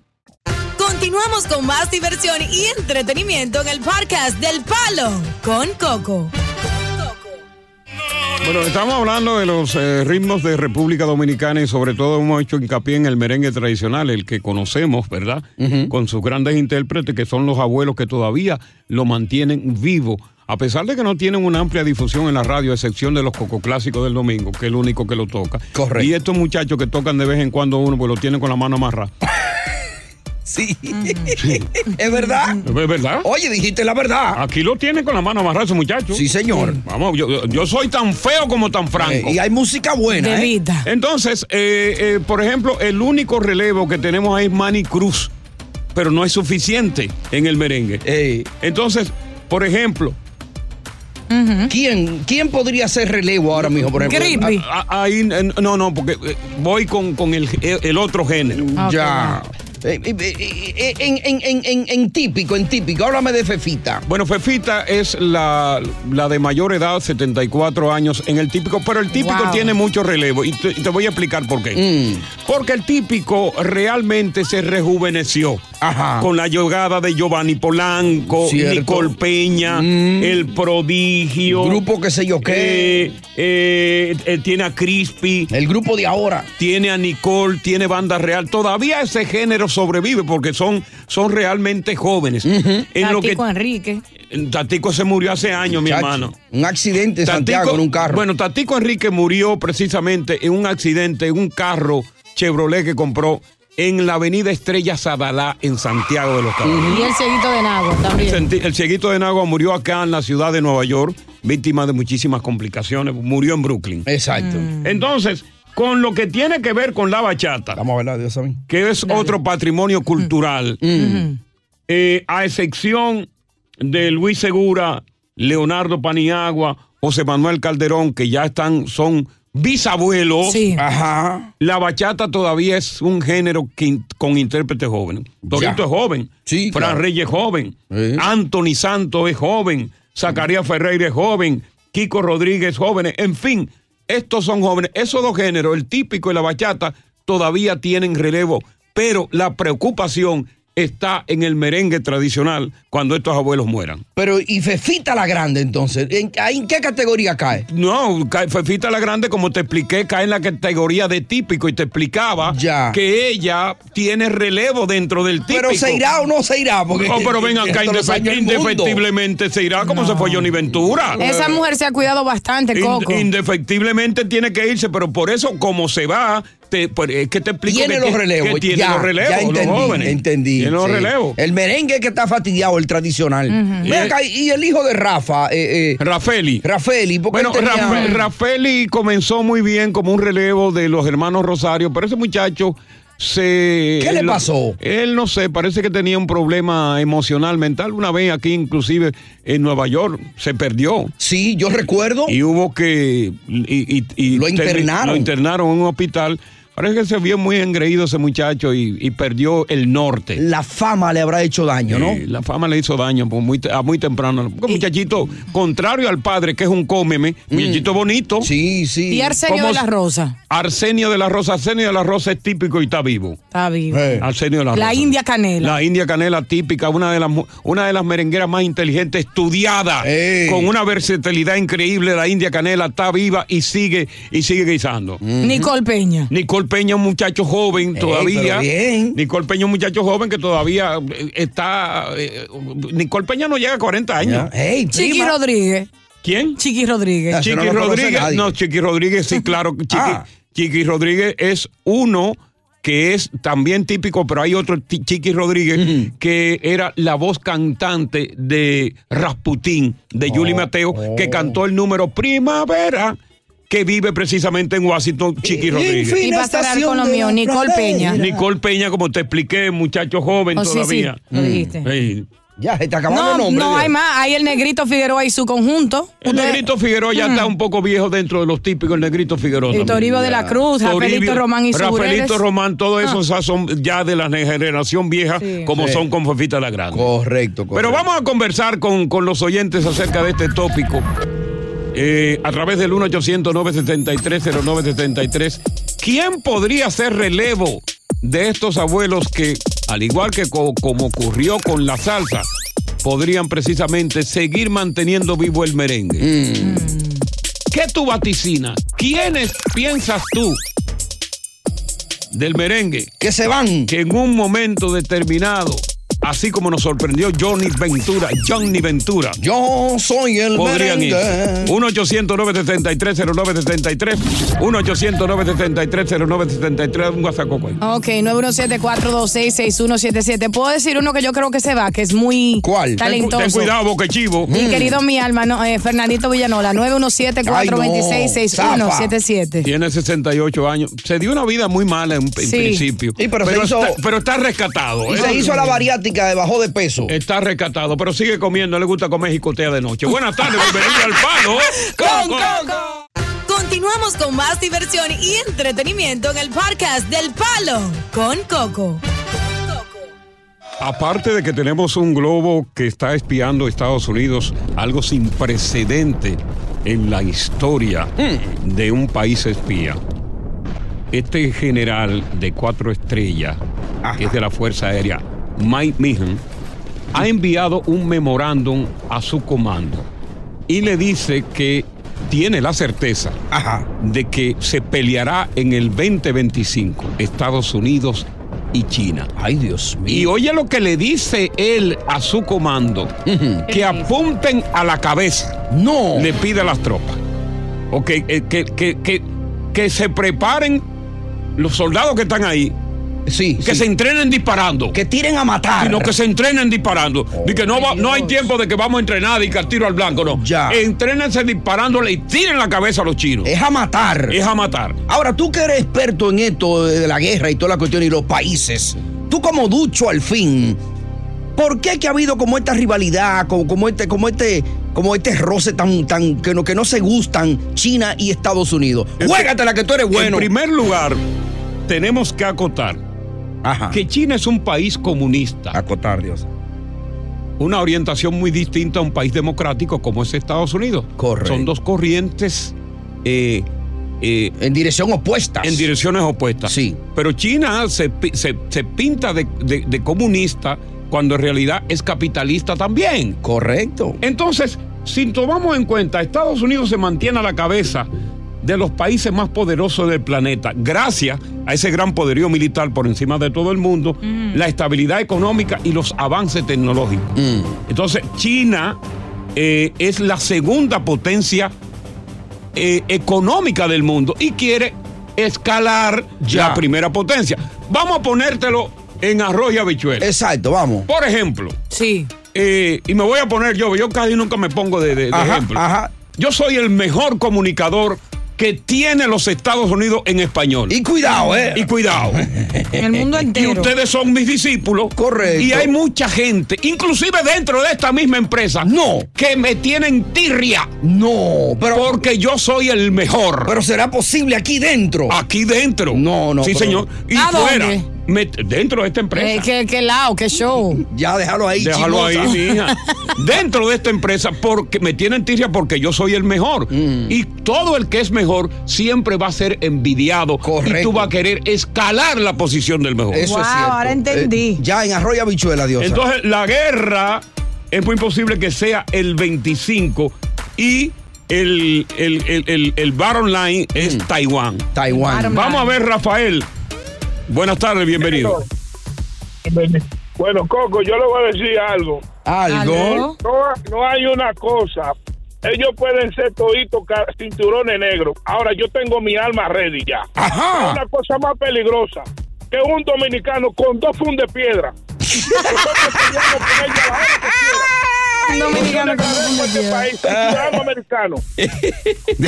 G: Continuamos con más diversión y entretenimiento en el podcast del Palo con Coco.
E: Bueno, estamos hablando de los eh, ritmos de República Dominicana y sobre todo hemos hecho hincapié en el merengue tradicional, el que conocemos, ¿verdad? Con sus grandes intérpretes que son los abuelos que todavía lo mantienen vivo. A pesar de que no tienen una amplia difusión en la radio, a excepción de los cococlásicos del domingo, que es el único que lo toca. Correcto. Y estos muchachos que tocan de vez en cuando uno, pues lo tienen con la mano amarrada.
K: Sí. <laughs> ¿Es verdad?
E: ¿Es verdad?
K: Oye, dijiste la verdad.
E: Aquí lo tienen con la mano amarrada ese muchacho. Sí,
K: señor.
E: Vamos, yo, yo soy tan feo como tan franco.
K: Eh, y hay música buena, De ¿eh? vida.
E: Entonces, eh, eh, por ejemplo, el único relevo que tenemos ahí es Manny Cruz, pero no es suficiente en el merengue. Entonces, por ejemplo,
K: ¿Quién, ¿Quién podría ser relevo ahora mismo, por ejemplo?
E: a- a- ahí, eh, no, no, porque eh, voy con, con el, el otro género.
K: Ya. Eh, eh, eh, eh, En, en- en- en- en típico, en típico. Háblame de Fefita.
E: Bueno, Fefita es la, la de mayor edad, 74 años, en el típico, pero el típico
K: Wow. Mm.
E: tiene mucho relevo y te, te voy a explicar por qué. Porque el típico realmente se rejuveneció con la llegada de Giovanni Polanco,
K: Cierto. Mm.
E: Nicole Peña, El Prodigio.
K: Grupo que sé yo qué.
E: Eh, eh, eh, tiene a Crispy.
K: El grupo de ahora.
E: Tiene a Nicole, tiene Banda Real. Todavía ese género sobrevive porque son, son realmente jóvenes. En lo que-
M: Tatico Enrique.
E: Tatico se murió hace años, mi
K: Chacho,
E: hermano.
K: Un accidente en Santiago, en un carro.
E: Bueno, Tatico Enrique murió precisamente en un accidente, en un carro Chevrolet que compró en la avenida Estrella Sadalá, en Santiago de los Caballeros.
M: Y el seguito de Nago
E: El
M: también.
E: senti- El cieguito de Nagua murió acá en la ciudad de Nueva York, víctima de muchísimas complicaciones. Murió en Brooklyn.
K: Exacto.
M: Mm.
E: Entonces, con lo que tiene que ver con la bachata.
K: Vamos a hablar de eso Mm. a mí.
E: Que es otro patrimonio cultural. eh, a excepción de Luis Segura, Leonardo Paniagua, José Manuel Calderón, que ya están, son bisabuelos.
K: Ajá.
E: La bachata todavía es un género que in- con intérpretes jóvenes. Dorito
K: Ya.
E: es joven. Fran
K: claro.
E: Reyes es joven. Anthony Santos es joven. Zacarías Ferreira es joven. Kiko Rodríguez es joven. En fin, estos son jóvenes. Esos dos géneros, el típico y la bachata, todavía tienen relevo. Pero la preocupación está en el merengue tradicional cuando estos abuelos mueran.
K: Pero, ¿y Fefita la Grande entonces? ¿En, ahí en qué categoría cae?
E: No, ca- Fefita la Grande, como te expliqué, cae en la categoría de típico y te explicaba que ella tiene relevo dentro del típico.
K: Pero se irá o no se irá. Porque
E: Oh, pero ven
K: <laughs>
E: acá,
K: esto lo
E: indefe-
K: sañó el mundo.
E: indefectiblemente se irá como se fue Johnny Ventura.
M: Esa mujer se ha cuidado bastante,
E: Ind-
M: Coco.
E: indefectiblemente tiene que irse, pero por eso, como se va, te, pues, es que te explico
K: Tiene
E: que
K: los
E: tie-
K: relevos.
E: que tiene
K: ya,
E: los relevos,
K: ya
E: los
K: entendí,
E: jóvenes.
K: Entendí.
E: Tiene los
K: sí.
E: relevos.
K: El merengue que está fastidiado, el tradicional.
E: Ujú.
K: Ven acá, y el hijo de Rafa. Eh, eh,
E: Rafeli.
K: Rafeli. porque
E: Bueno,
K: él tenía-
E: Rafa- Rafeli comenzó muy bien como un relevo de los hermanos Rosario, pero ese muchacho se...
K: ¿Qué le
E: él-
K: pasó?
E: Él no sé, parece que tenía un problema emocional, mental. Una vez aquí, inclusive en Nueva York, se perdió.
K: Sí, yo recuerdo.
E: Y hubo que... y- y- y-
K: Lo
E: ter-
K: internaron.
E: Lo internaron en un hospital. Parece que se vio muy engreído ese muchacho y, y perdió el norte.
K: La fama le habrá hecho daño, ¿no?
E: Eh, la fama le hizo daño pues, muy, te- a muy temprano. Porque muchachito, contrario al padre, que es un cómeme, muchachito bonito.
K: Mm. Sí, sí.
M: Y Arsenio de la Rosa.
E: Arsenio de la Rosa. Arsenio de la Rosa es típico y está vivo.
M: Está vivo.
E: Arsenio de la Rosa.
M: La India Canela.
E: La India Canela típica, una de las, mu- una de las merengueras más inteligentes, estudiada, con una versatilidad increíble. La India Canela está viva y sigue y sigue guisando.
M: Nicole Peña.
E: Nicole Peña, un muchacho joven
M: Mm. Ey,
E: todavía.
M: pero bien.
E: Nicole Peña, un muchacho joven que todavía eh, está. eh, Nicole Peña no llega a 40 años.
M: Chiqui Rodríguez.
E: ¿Quién?
M: Chiqui Rodríguez.
E: Chiqui Rodríguez, no, Chiqui Rodríguez,
M: <laughs>
E: sí, claro. Chiqui, Chiqui Rodríguez es uno que es también típico, pero hay otro Ti- Chiqui Rodríguez que era la voz cantante de Rasputín, de Yuli Mateo, que cantó el número Primavera, que vive precisamente en Washington, Chiqui Rodríguez.
M: Y va a cerrar con lo mío, Nicole Peña.
E: Nicole Peña, como te expliqué, muchacho joven
M: Oh, sí,
E: todavía.
M: sí, lo dijiste.
E: Sí.
K: Ya, se está
M: No, no hay más. Hay el negrito Figueroa y su conjunto.
E: El negrito Figueroa ya está un poco viejo dentro de los típicos, el negrito Figueroa.
M: Y
E: también.
M: Toribio de la Cruz, Rafaelito Román y Ah. sus
E: Rafaelito
M: Bureles.
E: Román, todos esos ya son ya de la generación vieja, como
K: Sí.
E: son con Fofita la Grande.
K: Correcto, correcto.
E: Pero vamos a conversar con, con los oyentes acerca de este tópico. Eh, a través del 1 800 973 0973 ¿Quién podría ser relevo de estos abuelos que, al igual que co- como ocurrió con la salsa,
K: Mm.
E: podrían precisamente seguir manteniendo vivo el merengue? ¿Qué tú vaticinas? ¿Quiénes piensas tú del merengue?
K: Que se van.
E: Que en un momento determinado, así como nos sorprendió Johnny Ventura, Johnny Ventura.
K: Yo soy el
E: Podrían ir.
K: merengue.
E: 1-800-973-0973. 1-800-973-0973. Un guasacoco ahí.
M: Ok, 917-426-6177. Puedo decir uno que yo creo que se va, que es muy
E: ¿Cuál?
M: talentoso.
E: Ten cuidado, boca chivo.
M: Mi querido mi alma, no, eh, Fernandito Villanola, 917-426-6177.
E: Tiene 68 años. Se dio una vida muy mala en, en
M: Sí.
E: principio.
K: Sí, pero se hizo-
E: está, pero está rescatado.
K: Y
E: ¿eh?
K: se hizo la bariátrica de bajó de peso.
E: Está rescatado, pero sigue comiendo. Le gusta comer jicotea de noche. Buenas tardes, bienvenido al palo. Con, con,
G: Continuamos con más diversión y entretenimiento en el podcast del Palo con Coco.
E: Aparte de que tenemos un globo que está espiando a Estados Unidos, algo sin precedente en la historia de un país espía. Este general de cuatro estrellas, que es de la Fuerza Aérea, Mike Meehan, ha enviado un memorándum a su comando y le dice que tiene la certeza de que se peleará en el 2025 Estados Unidos y China.
K: Ay, Dios
E: Y oye lo que le dice él a su
K: <laughs>
E: comando, que apunten a la cabeza.
K: No.
E: Le pide a las tropas. O que, eh, que, que- que- que se preparen los soldados que están ahí.
K: Sí.
E: Que se entrenen disparando.
K: Que tiren a matar. Oh,
E: Sino que se entrenen disparando. y que no, va- no hay tiempo de que vamos a entrenar y que al tiro al blanco, no.
K: Ya.
E: Entrénense disparándole y tiren la cabeza a los chinos.
K: Es a matar.
E: Es a matar.
K: Ahora, tú que eres experto en esto de la guerra y toda la cuestión y los países, tú como ducho al fin, ¿por qué que ha habido como esta rivalidad, como, como este, como este, como este roce tan, tan, que no, que no se gustan China y Estados Unidos? Juégate la que tú eres bueno.
E: En primer lugar, tenemos que acotar que China es un país comunista.
K: Acotar, Dios.
E: Una orientación muy distinta a un país democrático como es Estados Unidos. Son dos corrientes. eh,
K: en dirección opuestas.
E: En direcciones opuestas.
K: Sí.
E: Pero China se, pi- se- se pinta de, de- de comunista cuando en realidad es capitalista también.
K: Correcto.
E: Entonces, si tomamos en cuenta, Estados Unidos se mantiene a la cabeza de los países más poderosos del planeta, gracias a ese gran poderío militar por encima de todo el mundo, la estabilidad económica y los avances tecnológicos.
K: Mm.
E: Entonces, China eh, es la segunda potencia eh, económica del mundo y quiere escalar
K: Ya.
E: la primera potencia. Vamos a ponértelo en arroz y habichuelas.
K: Exacto, vamos.
E: Por ejemplo. eh,
M: Sí.
E: y me voy a poner yo, yo casi nunca me pongo de, de- de
K: Ajá,
E: ejemplo.
K: ajá.
E: Yo soy el mejor comunicador que tiene los Estados Unidos en español.
K: Y cuidado, ¿eh?
E: Y cuidado.
M: <laughs> En el mundo entero.
E: Y ustedes Este son mis discípulos. Correcto. Y hay mucha gente, inclusive dentro de esta misma empresa, no, que me tienen tirria.
K: No, pero
E: porque yo soy el mejor.
K: Pero será posible aquí dentro.
E: Aquí dentro.
K: No, no.
E: sí,
K: pero-
E: señor. Y
M: ¿A dónde?
E: fuera. me- dentro de esta empresa.
M: Eh, qué, qué lao, qué show.
K: Ya, déjalo ahí.
E: Déjalo ahí,
K: chismosa. <laughs>
E: mija. Dentro de esta empresa, porque me tienen tirria porque yo soy el mejor.
K: Mm.
E: Y todo el que es mejor siempre va a ser envidiado. Y tú vas a querer escalar la posición del mejor.
K: Eso es cierto. Eh, ya en Arroyo Bichuela, Dios.
E: Entonces, la guerra es muy posible que sea el 25 y el, el, el, el, el bottom line es Taiwán.
K: Mm. Taiwán.
E: Vamos a ver, Rafael. Buenas tardes, bienvenido.
N: Bueno, Coco, yo le voy a decir algo.
K: ¿Algo?
N: No, no hay una cosa. Ellos pueden ser toditos ca- cinturones negros. Ahora yo tengo mi alma ready ya.
K: Ajá.
N: Es una cosa más peligrosa que un dominicano con dos fundes de piedra. dominicano con dos fundes de piedra. este ciudadano americano. que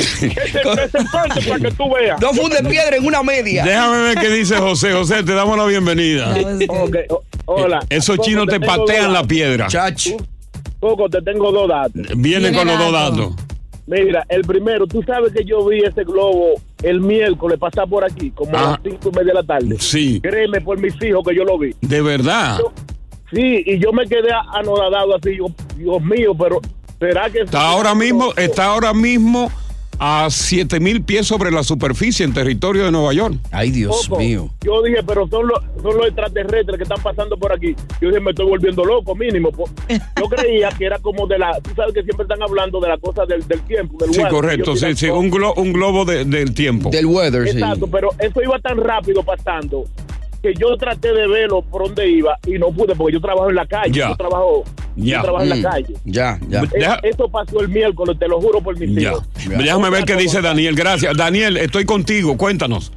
K: <laughs>
N: se presentante para que tú veas.
K: Dos fundes de piedra en una media.
E: Déjame ver qué dice José. José, te damos la bienvenida.
N: Ok, o- Hola.
E: Esos
N: Coco,
E: chinos te
N: tengo dos
E: patean la
N: datos.
E: piedra.
N: Coco, te tengo dos datos.
E: Vienen con los dos datos.
N: Mira, el primero, tú sabes que yo vi ese globo el miércoles pasar por aquí, como a las cinco y media de la tarde.
E: Ah. Sí.
N: Créeme por mis hijos que yo lo vi.
E: De verdad.
N: Yo- sí, y yo me quedé anodadado así, yo, Dios mío, pero ¿será que
E: Está ahora mismo, está ahora mismo a 7 mil pies sobre la superficie en territorio de Nueva York.
K: Ay, Dios
N: Coco,
K: mío.
N: Yo dije, pero son los, son los extraterrestres que están pasando por aquí. Yo dije, me estoy volviendo loco,
K: <laughs>
N: mínimo. po- Yo creía que era como de la. Tú sabes que siempre están hablando de la cosa del, del tiempo, del
E: Sí,
N: weather.
E: correcto,
N: Yo
E: sí,
N: dije,
E: sí, un, glo- un globo de- del tiempo.
K: Del weather,
N: Exacto, pero eso iba tan rápido pasando que yo traté de verlo por donde iba y no pude porque yo trabajo en la calle.
E: Ya.
N: Yo trabajo, yo
E: Ya.
N: trabajo en
E: Mm.
N: la calle.
K: Ya, ya.
N: Es- Eso pasó el miércoles, te lo juro por mis
E: Ya.
N: hijos.
E: Déjame ver qué dice Daniel. Gracias. Daniel, estoy contigo. Cuéntanos.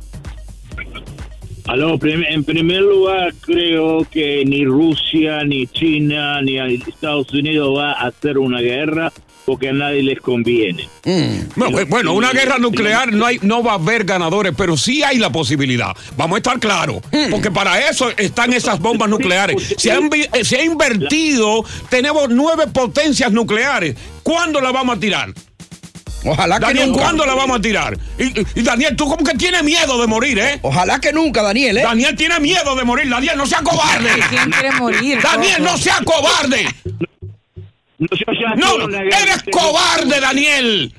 O: Aló, prim- en primer lugar, creo que ni Rusia, ni China, ni a- Estados Unidos va a hacer una guerra porque a nadie les conviene.
K: Mm.
E: Bueno, bueno, una guerra nuclear no, hay, no va a haber ganadores, pero sí hay la posibilidad. Vamos a estar claros,
K: Mm.
E: porque para eso están esas bombas nucleares. Se, han vi- eh, se ha invertido, tenemos nueve potencias nucleares. ¿Cuándo la vamos a tirar?
K: Ojalá que
E: Daniel,
K: nunca.
E: ¿cuándo la vamos a tirar? Y, y- y Daniel, tú como que tienes miedo de morir, ¿eh?
K: <laughs> Ojalá que nunca, Daniel, ¿eh?
E: Daniel tiene miedo de morir. Daniel, no sea cobarde.
M: ¿Quién quiere morir?
E: <laughs> Daniel,
M: Coco?
E: no sea cobarde. No, eres cobarde, Daniel.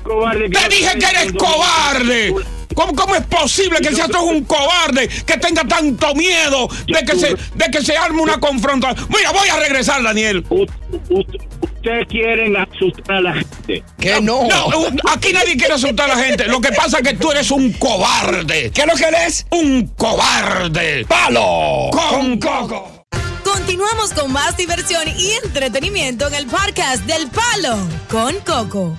E: Te dije que eres cobarde. ¿Cómo, cómo es posible que seas tú un cobarde que tenga tanto miedo de que se, de que se arme una confrontación? Mira, voy a regresar, Daniel.
O: Ustedes quieren asustar a la gente.
K: Que no.
E: Aquí nadie quiere asustar a la gente. Lo que pasa es que tú eres un cobarde.
K: ¿Qué es lo que eres?
E: Un cobarde.
K: ¡Palo!
E: Con coco.
G: Continuamos con más diversión y entretenimiento en el podcast del Palo con Coco.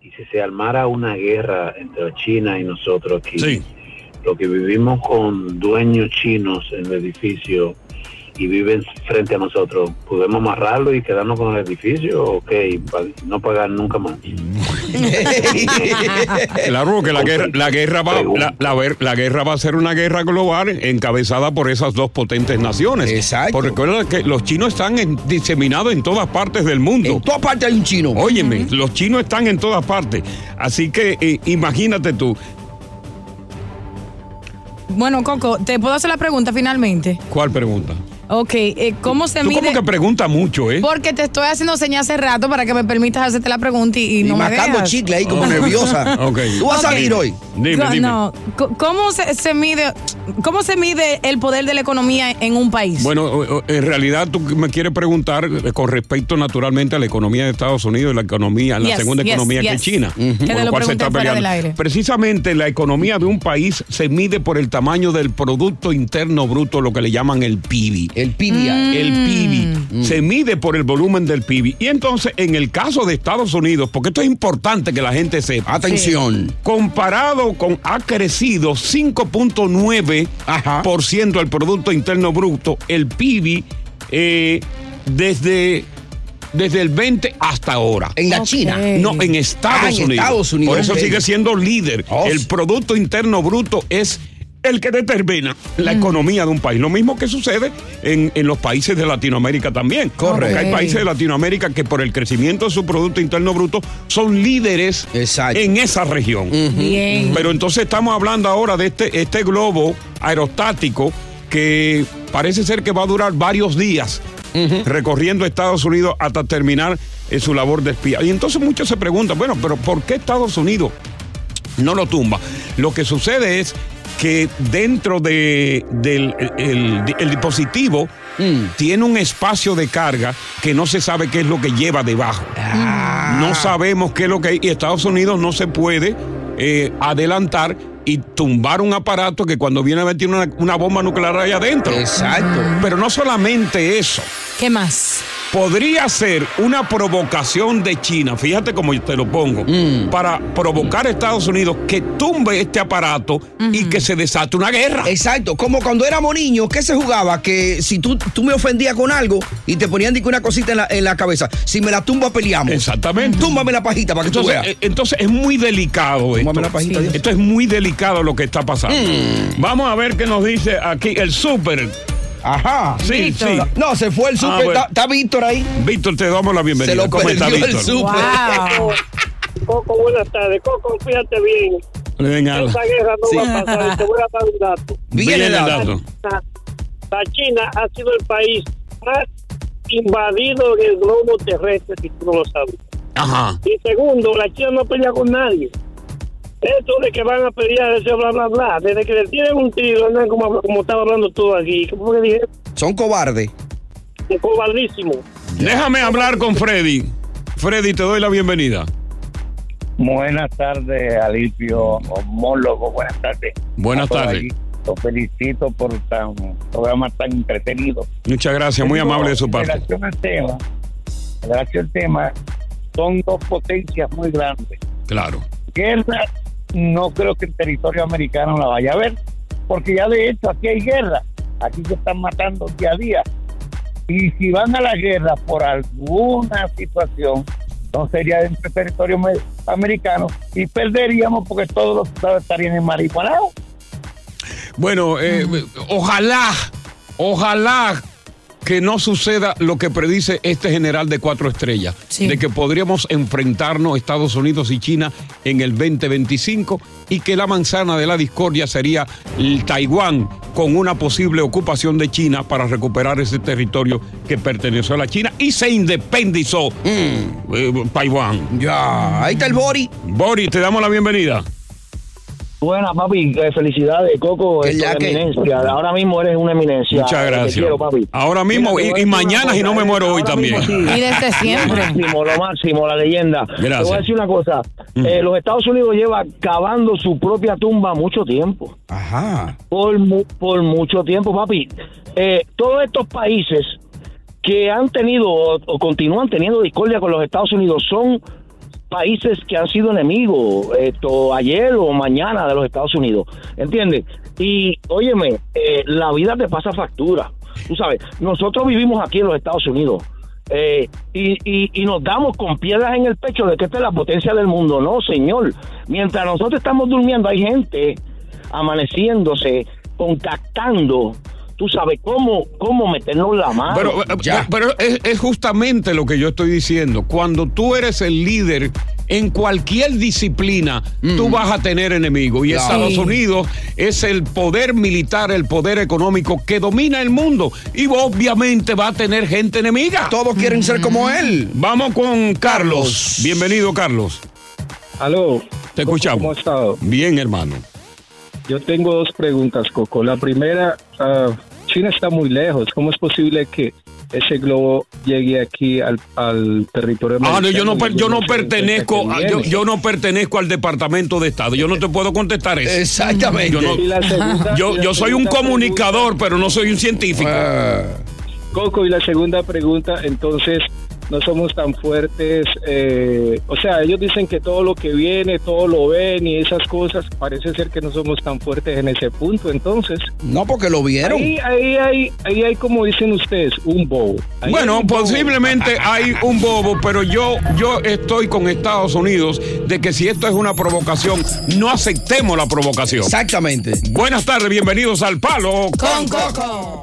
P: y si se armara una guerra entre China y nosotros aquí, lo que vivimos con dueños chinos en el edificio y viven frente a nosotros, ¿podemos amarrarlo y quedarnos con el edificio? Ok, pa- no pagar nunca más.
E: Claro que la guerra, la guerra va, la, la ver- la guerra va a ser una guerra global encabezada por esas dos potentes naciones. Exacto. Porque recuerda que los chinos están en- diseminados en todas partes del mundo. En
K: todas partes hay un chino.
E: Óyeme, los chinos están en todas partes. Así que eh, imagínate tú,
M: Bueno, Coco, ¿te puedo hacer la pregunta finalmente?
E: ¿cuál pregunta?
M: Ok, eh, ¿cómo se
E: Tú como
M: mide?
E: que pregunta mucho, ¿eh?
M: Porque te estoy haciendo señas hace rato para que me permitas hacerte la pregunta y, y no me
K: mascando
M: dejas.
K: chicle ahí
E: Oh,
K: como nerviosa.
E: <laughs> Ok.
K: Tú vas a
M: Ok.
K: salir hoy.
M: Co- No, co- ¿cómo se, se mide cómo se mide el poder de la economía en un país?
E: Bueno, o- o- en realidad tú me quieres preguntar eh, con respecto naturalmente a la economía de Estados Unidos y la economía, la
M: Yes,
E: segunda
M: yes,
E: economía que
M: yes.
E: es China,
M: Ujú.
E: con
M: Que te lo pregunté fuera del aire.
E: Precisamente la economía de un país se mide por el tamaño del Producto Interno Bruto, lo que le llaman el PIB.
K: El PIB.
E: El PIB. Se mide por el volumen del PIB. Y entonces, en el caso de Estados Unidos, porque esto es importante que la gente sepa.
K: Atención. Sí.
E: Comparado con, ha crecido 5.9% al Producto Interno Bruto, el PIB, eh, desde... Desde el 20 hasta ahora.
K: ¿En la Ok. China?
E: No, en Estados
K: Ah, en
E: Unidos.
K: Estados Unidos,
E: Por eso
K: ok.
E: sigue siendo líder. El Producto Interno Bruto es el que determina la economía de un país. Lo mismo que sucede en, en los países de Latinoamérica también. Correcto. hay países de Latinoamérica que por el crecimiento de su Producto Interno Bruto son líderes en esa región.
M: Bien.
E: Pero entonces estamos hablando ahora de este, este globo aerostático que parece ser que va a durar varios días recorriendo Estados Unidos hasta terminar eh, su labor de espía. Y entonces muchos se preguntan, bueno, pero ¿por qué Estados Unidos no lo tumba? Lo que sucede es que dentro de- del el, el- el dispositivo tiene un espacio de carga que no se sabe qué es lo que lleva debajo.
Q: Ah,
E: No sabemos qué es lo que hay. Y Estados Unidos no se puede eh, adelantar y tumbar un aparato que cuando viene a ver tiene una, una bomba nuclear allá adentro.
K: Exacto.
E: Pero no solamente eso.
M: ¿Qué más?
E: Podría ser una provocación de China, fíjate como yo te lo pongo, para provocar a Estados Unidos que tumbe este aparato y que se desate una guerra.
K: Exacto, como cuando éramos niños, ¿qué se jugaba? Que si tú, tú me ofendías con algo y te ponían de que una cosita en la, en la cabeza, si me la tumba peleamos.
E: Exactamente.
K: Túmbame la pajita para que
E: entonces,
K: tú
E: eh,
K: veas.
E: entonces es muy delicado esto.
K: la pajita,
E: Sí.
K: Dios. Mm.
E: Esto es muy delicado lo que está pasando. Vamos a ver qué nos dice aquí el súper.
K: Ajá.
E: Sí,
K: Víctor.
E: sí. Ah,
K: No, se fue el súper. Está- Víctor ahí.
E: Víctor, te damos la bienvenida.
K: Se lo
E: ¿Cómo está
K: perdió el
E: Víctor?
K: súper.
R: Coco, Coco, buenas tardes. Coco, fíjate bien.
E: Ven, ala.
R: Esta guerra no
E: Sí.
R: va a pasar. Te voy a dar un dato.
E: Viene el dato.
R: La, la China ha sido el país más invadido en el globo terrestre, si tú no lo sabes.
E: Ajá.
R: Y segundo, la China no pelea con nadie. Esto de que van a pelear, eso bla, bla, bla. Desde que le tienen un tiro, andan como, como estaba hablando tú aquí. ¿Qué fue que dije?
K: Son cobardes.
R: Cobardísimo.
E: Déjame hablar con Freddy. Freddy, te doy la bienvenida.
S: Buenas tardes, Alipio, homólogo, buenas tardes.
E: Buenas
S: A todos
E: tardes.
S: ahí. Los felicito por tan programa tan entretenido.
E: Muchas gracias, muy
S: Tengo,
E: amable de su
S: En
E: parte.
S: relación al tema, en relación al tema, son dos potencias muy grandes.
E: Claro.
S: Guerra, no creo que el territorio americano la vaya a ver, porque ya de hecho aquí hay guerra, aquí se están matando día a día. Y si van a la guerra por alguna situación, no sería dentro del territorio me- americano y perderíamos porque todos los estados estarían en marihuana.
E: Bueno, eh, ojalá, ojalá que no suceda lo que predice este general de cuatro estrellas, de que podríamos enfrentarnos Estados Unidos y China en el 2025 y que la manzana de la discordia sería el Taiwán con una posible ocupación de China para recuperar ese territorio que perteneció a la China y se independizó eh, Taiwán.
K: Mm. Ya, ahí está el Bori.
E: Bori, te damos la bienvenida.
T: Buenas, papi. Eh, Felicidades, Coco.
E: Que
T: es
E: ya
T: una
E: que-
T: eminencia. Ahora mismo eres una eminencia.
E: Muchas
T: Te
E: gracias.
T: quiero, papi.
E: Ahora mismo
T: Mira,
E: y-
T: te voy a
E: y
T: decir una eh,
E: mañana, si no me muero hoy
T: ahora mismo
E: también.
T: sí.
E: Y desde siempre.
T: Lo máximo, lo máximo, la leyenda. Te voy
E: Gracias. Mm.
T: a decir una cosa. Eh, los Estados Unidos lleva cavando su propia tumba mucho tiempo.
K: Ajá.
T: Por, mu- por mucho tiempo, papi. Eh, todos estos países que han tenido o, o continúan teniendo discordia con los Estados Unidos son países que han sido enemigos esto ayer o mañana de los Estados Unidos, ¿entiendes? Y óyeme, eh, la vida te pasa factura, tú sabes, nosotros vivimos aquí en los Estados Unidos eh, y, y- y nos damos con piedras en el pecho de que esta es la potencia del mundo, no señor, mientras nosotros estamos durmiendo hay gente amaneciéndose, contactando, tú sabes cómo, cómo meternos la mano.
E: Pero, eh, pero- pero es, es justamente lo que yo estoy diciendo. Cuando tú eres el líder en cualquier disciplina, tú vas a tener enemigos. Y
C: Claro.
E: Estados
C: Sí.
E: Unidos es el poder militar, el poder económico que domina el mundo. Y obviamente va a tener gente enemiga. Mm.
K: Todos quieren ser como él.
E: Vamos con Carlos. Bienvenido, Carlos.
U: Aló.
E: Te escuchamos.
U: ¿Cómo has estado?
E: Bien, hermano.
U: Yo tengo dos preguntas, Coco. La primera, ah, China está muy lejos. ¿Cómo es posible que ese globo llegue aquí al, al territorio
E: Ah, no,
U: americano?
E: yo no, per- yo no
U: Desde que
E: pertenezco, a- yo,
U: viene.
E: yo no pertenezco al Departamento de Estado. Yo no te puedo contestar eso. <laughs>
U: Exactamente.
E: Yo, no-
U: Y la segunda-
E: yo,
U: y la
E: yo soy un
U: segunda
E: comunicador, pero no soy un científico.
U: Ah. Coco, y la segunda pregunta, entonces, no somos tan fuertes. eh, o sea, ellos dicen que todo lo que viene, todo lo ven y esas cosas, parece ser que no somos tan fuertes en ese punto, entonces.
K: No, porque lo vieron.
U: Ahí, ahí, hay- ahí hay, como dicen ustedes, un bobo. Ahí hay
E: Bueno,
U: un bobo.
E: posiblemente
U: <laughs>
E: hay un bobo, pero yo, yo estoy con Estados Unidos de que si esto es una provocación, no aceptemos la provocación.
K: Exactamente.
E: Buenas tardes, bienvenidos al Palo
G: Con Coco.